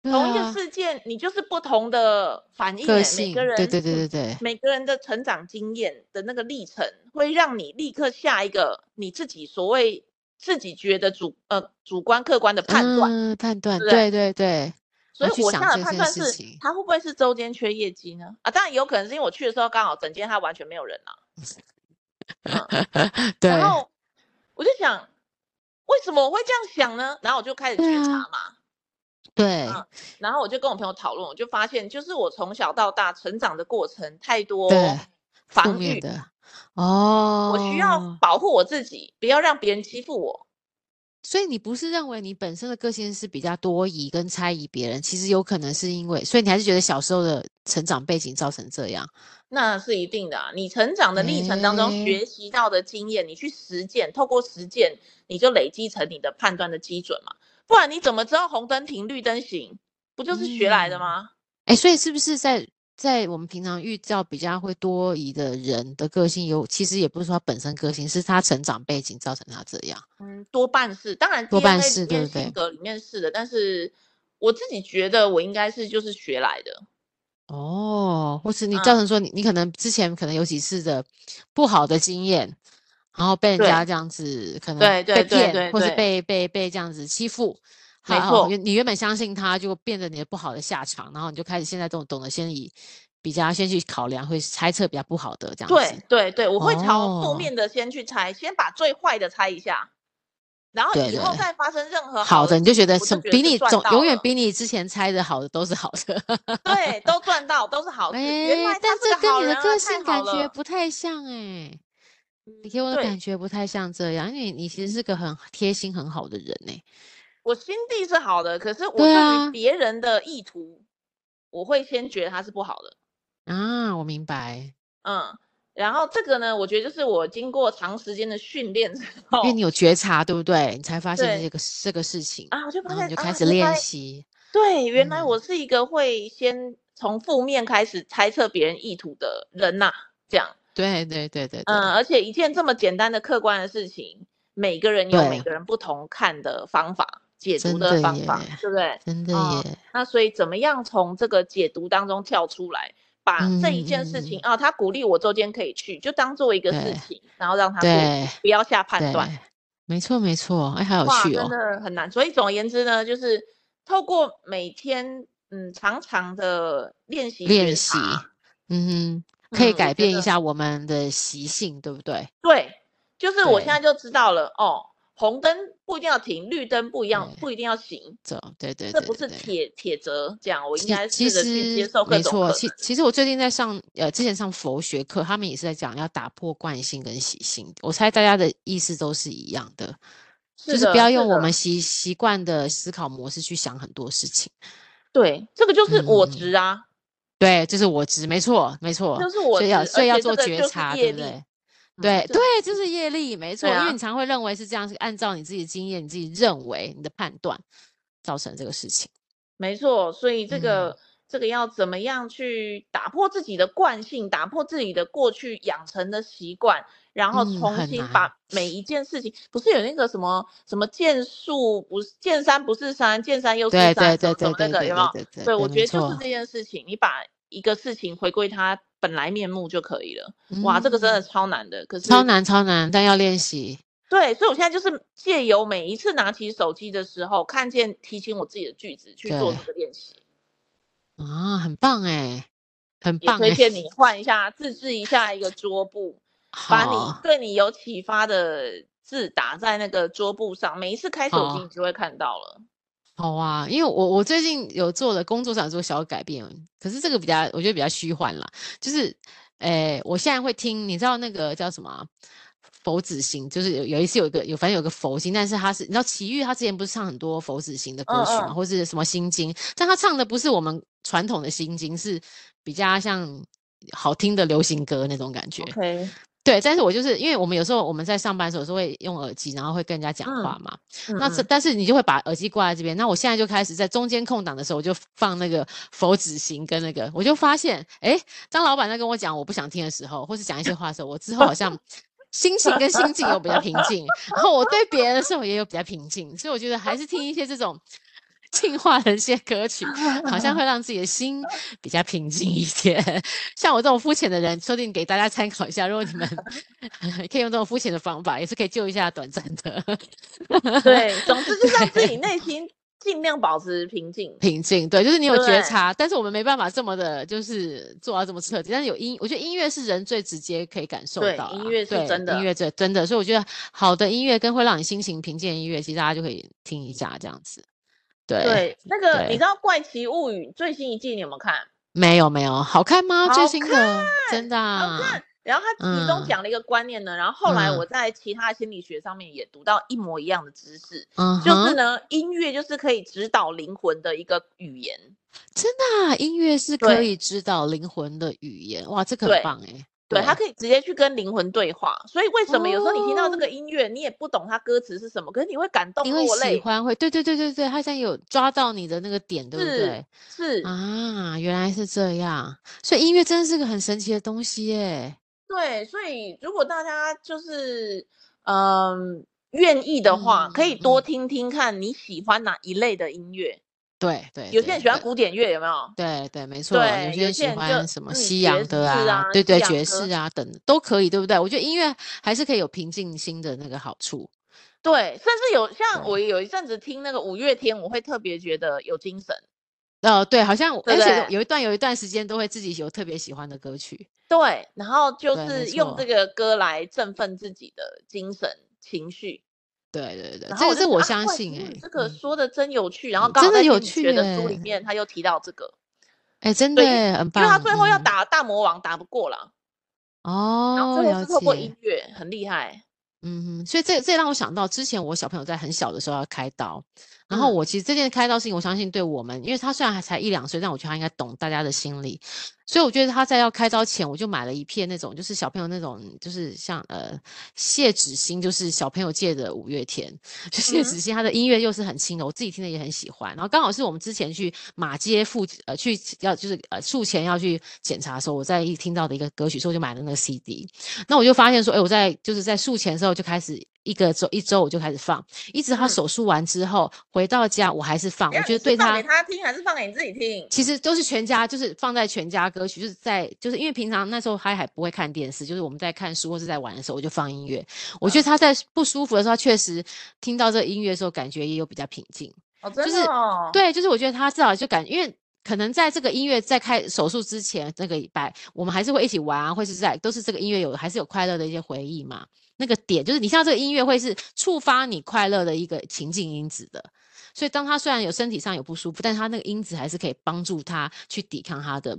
A: 对
B: 同一个
A: 啊
B: 事件，你就是不同的反应、
A: 个
B: 欸，每
A: 性，
B: 个人
A: 对对对对
B: 嗯
A: 对，
B: 每个人的成长经验的那个历程，会让你立刻下一个你自己所谓自己觉得主呃主观客观的判断。
A: 嗯，判断，
B: 对不对
A: 对对对，
B: 所以
A: 要去
B: 我
A: 想
B: 下
A: 这
B: 的判
A: 件
B: 断
A: 事
B: 是
A: 情，
B: 他会不会是周间缺业绩呢？啊，当然有可能是因为我去的时候刚好整间他完全没有人啊。
A: 对，
B: 然后我就想，为什么我会这样想呢？然后我就开始
A: 对
B: 觉察
A: 啊
B: 嘛。
A: 对，
B: 嗯然后我就跟我朋友讨论，我就发现，就是我从小到大成长的过程太多
A: 对负
B: 防
A: 面
B: 御，
A: 的，哦，
B: 我需要保护我自己，不要让别人欺负我。
A: 所以你不是认为你本身的个性是比较多疑跟猜疑别人，其实有可能是因为，所以你还是觉得小时候的成长背景造成这样。
B: 那是一定的啊！你成长的历程当中
A: 诶
B: 学习到的经验，你去实践，透过实践，你就累积成你的判断的基准嘛。不然你怎么知道红灯停，绿灯行？不就是学来的
A: 嗯
B: 吗？
A: 哎，所以是不是在在我们平常遇到比较会多疑的人的个性有，其实也不是说他本身个性，是他成长背景造成他这样。
B: 嗯，多半是，当然
A: 多半
B: DNA
A: 是
B: 里
A: 对
B: 面
A: 不对
B: 性格里面是的，但是我自己觉得我应该是就是学来的。
A: 哦，或是你造
B: 嗯
A: 成说你你可能之前可能有几次的不好的经验，然后被人家
B: 对
A: 这样子可能
B: 对对
A: 被
B: 对
A: 骗，
B: 对
A: 或是
B: 对
A: 被被被这样子欺负，
B: 没
A: 好
B: 错
A: 你原本相信他，就变得你的不好的下场，然后你就开始现在懂懂得先以比较先去考量，会猜测比较不好的这样
B: 对
A: 子。
B: 对对，我会朝
A: 哦
B: 负面的先去猜，先把最坏的猜一下，然后
A: 对
B: 以后
A: 对
B: 再发生任何
A: 好
B: 的
A: 的，你就觉得
B: 我就
A: 什么
B: 觉得
A: 比
B: 是
A: 你
B: 赚
A: 总
B: 到
A: 永远
B: 了
A: 比你之前猜的好的都是好的。
B: 对，都赚到，都是好事。原
A: 哎
B: 来，
A: 但
B: 他是
A: 这
B: 个
A: 跟
B: 好
A: 你的
B: 人啊，
A: 个
B: 太
A: 性
B: 好
A: 感觉
B: 了。
A: 不太像哎、你给我的
B: 对
A: 感觉不太像这样，因为你其实是个很贴心、很好的人呢、
B: 我心地是好的，可是我
A: 对
B: 对
A: 啊
B: 于别人的意图，我会先觉得他是不好的。
A: 啊，我明白，
B: 嗯，然后这个呢，我觉得就是我经过长时间的训练之后
A: [laughs] 因为你有觉察，对不对？你才发现
B: 对
A: 这个事这个事情，
B: 啊，我就发
A: 然后你
B: 现
A: 就
B: 啊
A: 开，始
B: 原
A: 练
B: 来
A: 习。
B: 对，原来
A: 嗯
B: 我是一个会先从负面开始猜测别人意图的人呐、这样，
A: 对对对对对，
B: 嗯，而且一件这么简单的客观的事情，每个人有每
A: 对
B: 个人不同看的方法、解读
A: 真
B: 的
A: 的
B: 方法
A: 耶，
B: 对不对？
A: 真的
B: 啊
A: 耶，
B: 那所以怎么样从这个解读当中跳出来，把这一件事情
A: 嗯
B: 啊，他鼓励我周间可以去，就当做一个事
A: 对
B: 情，然后让他过，
A: 对
B: 不要下判断。
A: 对，没错没错，哎，好有
B: 哇，
A: 趣
B: 真
A: 哦，
B: 的很难。所以总而言之呢，就是透过每天嗯长长的练习觉
A: 练习
B: 察，，
A: 嗯哼，可以
B: 嗯
A: 改
B: 我觉
A: 变一
B: 得
A: 下我们的习性，对不对？
B: 对，就是我现
A: 对
B: 在就知道了哦，红灯不一定要停，绿灯不一样
A: 对
B: 不一定要行，
A: 走，对对
B: 这
A: 对
B: 不
A: 对
B: 是
A: 对。
B: 铁铁则，这样我应
A: 其
B: 该
A: 其
B: 试着去接
A: 实
B: 受各
A: 没
B: 种
A: 错，
B: 可
A: 其其实我最近在上呃之前上佛学课，他们也是在讲要打破惯性跟习性。我猜大家的意思都是一样的，
B: 能。
A: 就是是
B: 的，
A: 不要
B: 是
A: 用我们
B: 的，
A: 习习惯的思考模式去想很多事情。
B: 对，这个就是我
A: 嗯
B: 值啊，
A: 对，这是我值，没错没错。
B: 就是我
A: 所以要
B: 值，
A: 所
B: 而
A: 以要
B: 且这
A: 做
B: 个
A: 觉
B: 就是
A: 察，对
B: 业
A: 不
B: 力
A: 对？对
B: 嗯
A: 对，就是业力，没错，因
B: 啊
A: 为你常会认为是这样，是按照你自己的经验、你自己认为、你的判断造成这个事情。
B: 没错，所以这个、
A: 嗯
B: 这个要怎么样去打破自己的惯性，打破自己的过去养成的习惯，然后
A: 嗯
B: 重
A: 很
B: 新
A: 难
B: 把每一件事情，不是有那个什么什么见树不是见山不是山，见山又是
A: 对
B: 山，
A: 对
B: 什
A: 对
B: 么什
A: 对
B: 么那
A: 对
B: 个
A: 对
B: 有没有？
A: 对对
B: 对，我觉
A: 没
B: 得就是
A: 错
B: 这件事情，你把一个事情回归它本来面目就可以了。哇，这个真的
A: 嗯
B: 超难的，可是
A: 超难超难，但要练习。
B: 对，所以我现在就是借由每一次拿起手机的时候，看见提醒我自己的句子去做
A: 对
B: 这个练习。
A: 啊，很棒哎，很
B: 也
A: 棒
B: 推
A: 哎，
B: 荐你换一下，自制一下一个桌布，把你
A: 好，
B: 对你有启发的字打在那个桌布上，每一次开手机
A: 好
B: 你就会看到了。
A: 好啊，因为我我最近有做了工作上有做小改变，可是这个比较我觉得比较虚幻啦，就是，诶，我现在会听，你知道那个叫什么啊、佛子行，就是有有一次有一个有反正有个佛经，但是他是你知道齐豫他之前不是唱很多佛子行的歌曲嘛，
B: 嗯嗯
A: 或是什么心经，但他唱的不是我们传统的心经，是比较像好听的流行歌那种感觉。
B: OK，
A: 对，但是我就是因为我们有时候我们在上班的时候是会用耳机，然后会跟人家讲话嘛。那这
B: 嗯
A: 但是你就会把耳机挂在这边。那我现在就开始在中间空档的时候，我就放那个佛指行跟那个，我就发现，哎，当老板在跟我讲我不想听的时候，或是讲一些话的时候，我之后好
B: [laughs]
A: 像心情跟心境有比较平静，然后我对别人的时候也有比较平静，所以我觉得还是听一些这种。 [laughs] 净化的一些歌曲，好像会让自己的心比较平静一点。像我这种肤浅的人，说不定给大家参考一下。如果你们 [laughs] 可以用这种肤浅的方法，也是可以救一下短暂的
B: 嗯，对，总之就是让自己
A: [laughs]
B: 内心尽量保持平静。
A: 平静，对，就是你有觉
B: 对
A: 察，但是我们没办法这么的，就是做到这么彻底。但是有音，我觉得音乐是人最直接可以感受
B: 对
A: 到啦，
B: 音乐是
A: 对
B: 真的
A: 音乐最真的。所以我觉得好的音乐跟会让你心情平静的音乐，其实大家就可以听一下这样子。对，
B: 对，那个
A: 对
B: 你知道《怪奇物语》最新一季你有没有看？
A: 没有没有，好看吗？最
B: 好
A: 新的，真的啊
B: 好看。然后他其中
A: 嗯
B: 讲了一个观念呢，然后后来
A: 嗯
B: 我在其他心理学上面也读到一模一样的知识，
A: 嗯哼，
B: 就是呢，音乐就是可以指导灵魂的一个语言。
A: 真的、啊，音乐是可
B: 对
A: 以指导灵魂的语言，哇，这个很
B: 对
A: 棒哎。
B: 对，它可以直接去跟灵魂对话，所以为什么有时候你听到这个
A: 哦
B: 音乐，你也不懂它歌词是什么，可是你会感动
A: 你会
B: 落
A: 喜
B: 泪，
A: 欢，会对对对对对，他现在有抓到你的那个点，对不
B: 是
A: 对？
B: 是，
A: 啊，原来是这样，所以音乐真的是个很神奇的东西耶。
B: 对，所以如果大家就是嗯愿意的话，可以
A: 嗯
B: 多
A: 嗯
B: 听听看你喜欢哪一类的音乐，
A: 对对，
B: 有些人
A: 对
B: 喜欢，古典乐，有没有？
A: 对对对，没错，
B: 对
A: 有
B: 有
A: 人
B: 些
A: 喜
B: 人就
A: 欢什么
B: 嗯
A: 西
B: 爵
A: 洋的
B: 士
A: 啊
B: 啊，
A: 对对，
B: 西洋
A: 爵
B: 歌
A: 士啊等都可以，对不对？我觉得音乐还是可以有平静心的那个好处。
B: 对，甚至有像
A: 对
B: 我有一阵子听那个五月天，我会特别觉得有精神。
A: 哦，对，好像
B: 对
A: 而
B: 不
A: 且
B: 对
A: 有一段有一段时间都会自己有特别喜欢的歌曲。
B: 对，然后就
A: 对没
B: 是用这
A: 错
B: 个歌来振奋自己的精神情绪。
A: 对对对，
B: 然
A: 这个
B: 后我就
A: 这
B: 觉
A: 我
B: 得啊
A: 相
B: 怪
A: 信
B: 奇物
A: 哎
B: 语，这个
A: 嗯
B: 说的真有趣，然后
A: 嗯
B: 刚好
A: 真的
B: 在
A: 有
B: 心理学
A: 趣
B: 的书里
A: 欸
B: 面他又提到这个，
A: 哎，真的
B: 对
A: 耶很
B: 因
A: 棒。
B: 为他最后要
A: 嗯
B: 打大魔王打不过啦，然后
A: 哦，
B: 最后
A: 了
B: 是透过
A: 解。
B: 音乐很厉害。
A: 嗯哼，所以这这让我想到之前我小朋友在很小的时候要开刀，然后
B: 嗯
A: 我其实这件开刀事情，我相信对我们，因为他虽然还才一两岁，但我觉得他应该懂大家的心理，所以我觉得他在要开刀前，我就买了一片那种就是小朋友那种就是像呃谢芷欣，就是小朋友界的五月天，就谢
B: 嗯哼
A: 芷欣她的音乐又是很轻柔，我自己听的也很喜欢，然后刚好是我们之前去马街附呃去要就是呃术前要去检查的时候，我在一听到的一个歌曲，所以我就买了那个 CD，那我就发现说，哎、我在就是在术前的时候就开始一个周一周我就开始放，一直他
B: 嗯
A: 手术完之后回到家我还是放，我
B: 等一下
A: 觉得
B: 你是
A: 对
B: 放
A: 他
B: 给他听还是放给你自己听？
A: 其实都是全家，就是放在全家歌曲，就是在就是因为平常那时候他还不会看电视，就是我们在看书或是在玩的时候，我就放音乐。我觉得他在不舒服的时候，他确实听到这个音乐的时候，感觉也有比较平静。
B: 哦，真
A: 是
B: 的哦，
A: 对，就是我觉得他至少就感，因为可能在这个音乐在开手术之前那个礼拜，我们还是会一起玩啊，或是在都是这个音乐有还是有快乐的一些回忆嘛。那个点就是你像这个音乐会是触发你快乐的一个情境因子的，所以当他虽然有身体上有不舒服，但他那个因子还是可以帮助他去抵抗他的。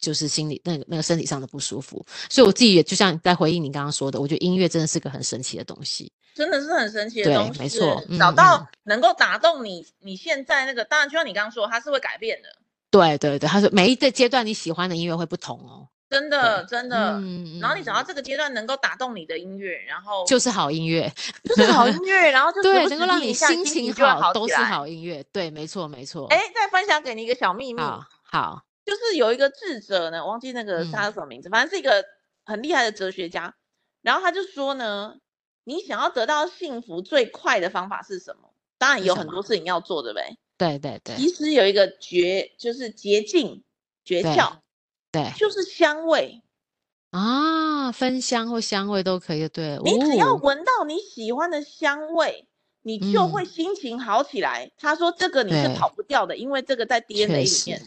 A: 就是心理那个那个身体上的不舒服，所以我自己也就像在回应你刚刚说的，我觉得音乐真的是个很神奇的东西。
B: 真的是很神奇的
A: 对
B: 东西，
A: 没错
B: 找
A: 嗯嗯
B: 到能够打动你你现在那个，当然就像你刚刚说，它是会改变的。
A: 对对对，他说每一个阶段你喜欢的音乐会不同哦。
B: 真的真的。
A: 嗯
B: 然后你找到
A: 嗯
B: 这个阶段能够打动你的音乐，然后
A: 就是好音乐，
B: 就是好音乐，然后就时
A: [laughs] 对，能
B: 不时
A: 够让
B: 听
A: 你
B: 一下
A: 心
B: 情
A: 情
B: 就会
A: 好都
B: 起
A: 是
B: 来。
A: 好音乐，对，没错没错，
B: 哎，再分享给你一个小秘密，
A: 好好，
B: 就是有一个智者呢，忘记那个是
A: 嗯
B: 他叫什么名字，反正是一个很厉害的哲学家。然后他就说呢，你想要得到幸福最快的方法是什么？当然
A: 是
B: 有
A: 什
B: 很多
A: 么
B: 事情要做，对不对？
A: 对对对
B: 其实有一个诀，就是捷径、诀
A: 对
B: 窍，
A: 对
B: 就是香味。
A: 啊，芬香或香味都可以，就对了，
B: 你只要
A: 哦
B: 闻到你喜欢的香味，你就会
A: 嗯
B: 心情好起来。他说这个你是
A: 对
B: 跑不掉的，因为这个在 DNA 里
A: 实
B: 面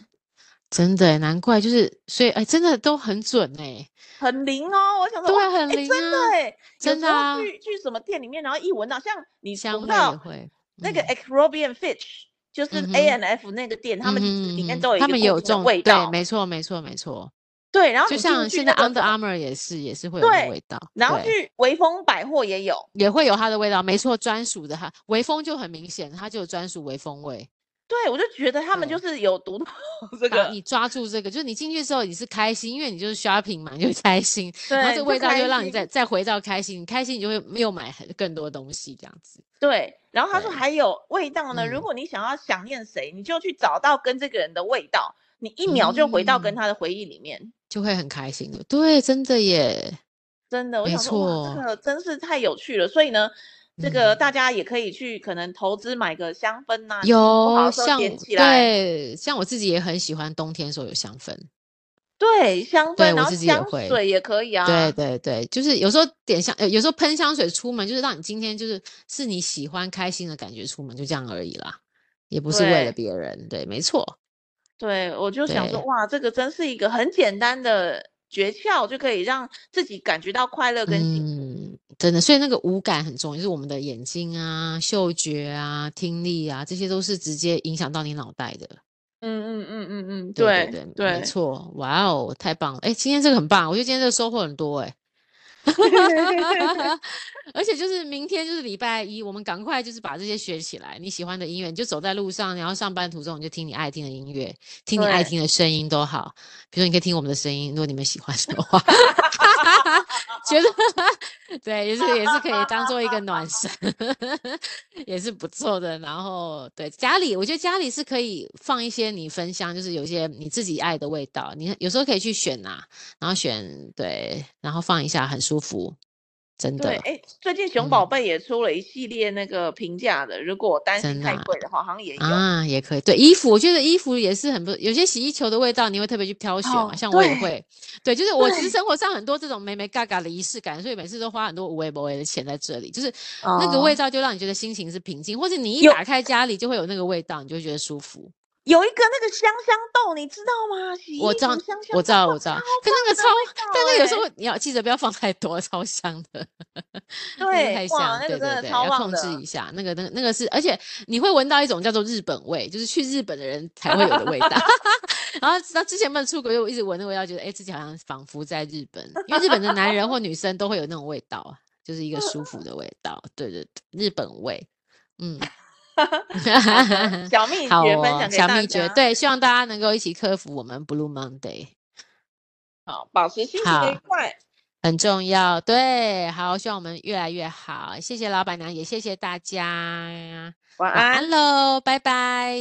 A: 真的耶，难怪就是，所以哎，真的都很准哎，
B: 很灵哦。我想说，
A: 对啊，
B: 哇
A: 很
B: 哎
A: 灵
B: 真的
A: 啊，
B: 哎，
A: 真的啊
B: 有时候去去什么店里面，然后一闻到，像你
A: 香
B: 闻
A: 味也
B: 到
A: 会
B: 那个
A: 嗯
B: Acrobian Fitch，就是
A: 嗯哼
B: A N F 那个店，他们其实
A: 嗯
B: 里面
A: 哼
B: 都有一
A: 他
B: 个
A: 们
B: 固
A: 也有
B: 定
A: 这
B: 的
A: 种
B: 味
A: 对，
B: 道。
A: 没错没错没错，
B: 对，然后
A: 就
B: 你进
A: 像
B: 去
A: 现
B: 那
A: 在
B: 个什
A: Under
B: 么
A: Armour 也是也是会有那
B: 对
A: 个味道，
B: 然后
A: 对
B: 去微风百货也有，
A: 也会有它的味道，没错，专属的哈，微风就很明显，它就有专属微风味。
B: 对我就觉得他们就
A: 对
B: 是有独到这
A: 把
B: 个， [laughs]
A: 你抓住这个，就是你进去之后你是开心，因为你就是 shopping 嘛，你就开心，然后
B: 对
A: 这个
B: 就
A: 味道就
B: 开
A: 会让你
B: 心
A: 再再回到开心，你开心你就会又买很更多东西这样子。
B: 对，然后他说
A: 对
B: 还有味道呢，如
A: 嗯
B: 果你想要想念谁，你就去找到跟这个人的味道，你一秒就回到跟
A: 嗯
B: 他的回忆里面。
A: 就会很开心的，对，真的耶，
B: 真的，我
A: 没
B: 想说哇，这
A: 错
B: 个真是太有趣了。所以呢，这个
A: 嗯，
B: 大家也可以去可能投资买个香氛呐、心情不好
A: 有
B: 的时候
A: 像
B: 点
A: 我
B: 起来，
A: 对，像我自己也很喜欢冬天的时候有香氛，
B: 对，香氛，
A: 对
B: 然
A: 我
B: 后
A: 自己也
B: 香
A: 会，
B: 水也可以
A: 对
B: 啊。
A: 对对，就是有时候点香，呃，有时候喷香水出门，就是让你今天就是是你喜欢开心的感觉出门，就这样而已啦，也不是为了
B: 对
A: 别人，对，没错，
B: 对，我就想说
A: 对，
B: 哇，这个真是一个很简单的诀窍，就可以让自己感觉到快乐跟幸福。
A: 嗯，真的，所以那个五感很重要，就是我们的眼睛啊、嗅觉啊、听力啊，这些都是直接影响到你脑袋的。
B: 嗯嗯嗯嗯嗯，
A: 对对
B: 对
A: 对，没
B: 对。
A: 错，哇哦，太棒了！哎，今天这个很棒，我觉得今天这个收获很多哎。 [laughs] 而且就是明天就是礼拜一，我们赶快就是把这些学起来。你喜欢的音乐，你就走在路上，然后上班途中你就听你爱听的音乐，听你爱
B: 对，
A: 听的声音都好。比如说你可以听我们的声音，如果你们喜欢的话， [laughs] 觉得对也是也是可以当做一个暖身， [laughs] 也是不错的。然后对家里，我觉得家里是可以放一些你分香，就是有一些你自己爱的味道，你有时候可以去选呐、然后选对，然后放一下很舒服，真
B: 对，
A: 的，
B: 哎，最近熊宝
A: 嗯，
B: 贝也出了一系列那个平价的，如果担心
A: 真的
B: 太
A: 啊。
B: 贵的话，好像也有。
A: 啊也可以，对衣服，我觉得衣服也是很不，有些洗衣球的味道你会特别去挑选嘛，
B: 哦，
A: 像我也
B: 对
A: 会，对，就是我其实
B: 对，
A: 生活上很多这种美美嘎嘎的仪式感，所以每次都花很多无微不微的钱在这里，就是那个味
B: 哦，
A: 道就让你觉得心情是平静，或者你一
B: 有
A: 打开家里就会有那个味道，你就会觉得舒服。
B: 有一个那个香香豆，你知道吗？洗
A: 我
B: 衣
A: 知道，
B: 服香香
A: 我知
B: 豆，
A: 道，
B: 哇，
A: 我知道，
B: 超
A: 可那个
B: 棒
A: 超，
B: 的味
A: 但
B: 道
A: 那个有时
B: 哎、
A: 候你要记得不要放太多， [laughs] 超香的，那个
B: 欸对，
A: 太
B: 哇，
A: 香。对
B: 那个真
A: 对
B: 的
A: 对，
B: 超
A: 要
B: 棒
A: 控制
B: 的。
A: 一下。那个那个那个是，而且你会闻到一种叫做日本味，就是去日本的人才会有的味道。 [laughs] 然后直到之前没有出国，就一直闻那个味道，觉得哎，诶自己好像仿佛在日本，因为日本的男人或女生都会有那种味道啊，就是一个舒服的味道。对对对，日本味，嗯。
B: 好
A: [laughs]
B: 的，小秘
A: 好
B: 诀分
A: 哦，
B: 享给
A: 小
B: 大
A: 秘诀，
B: 家。
A: 对，希望大家能够一起克服我们 Blue Monday，
B: 好，保持心情的愉
A: 好，
B: 快。
A: 很重要，对，好，希望我们越来越好，谢谢老板娘，也谢谢大家，
B: 晚
A: 晚
B: 安。
A: 安喽，拜拜。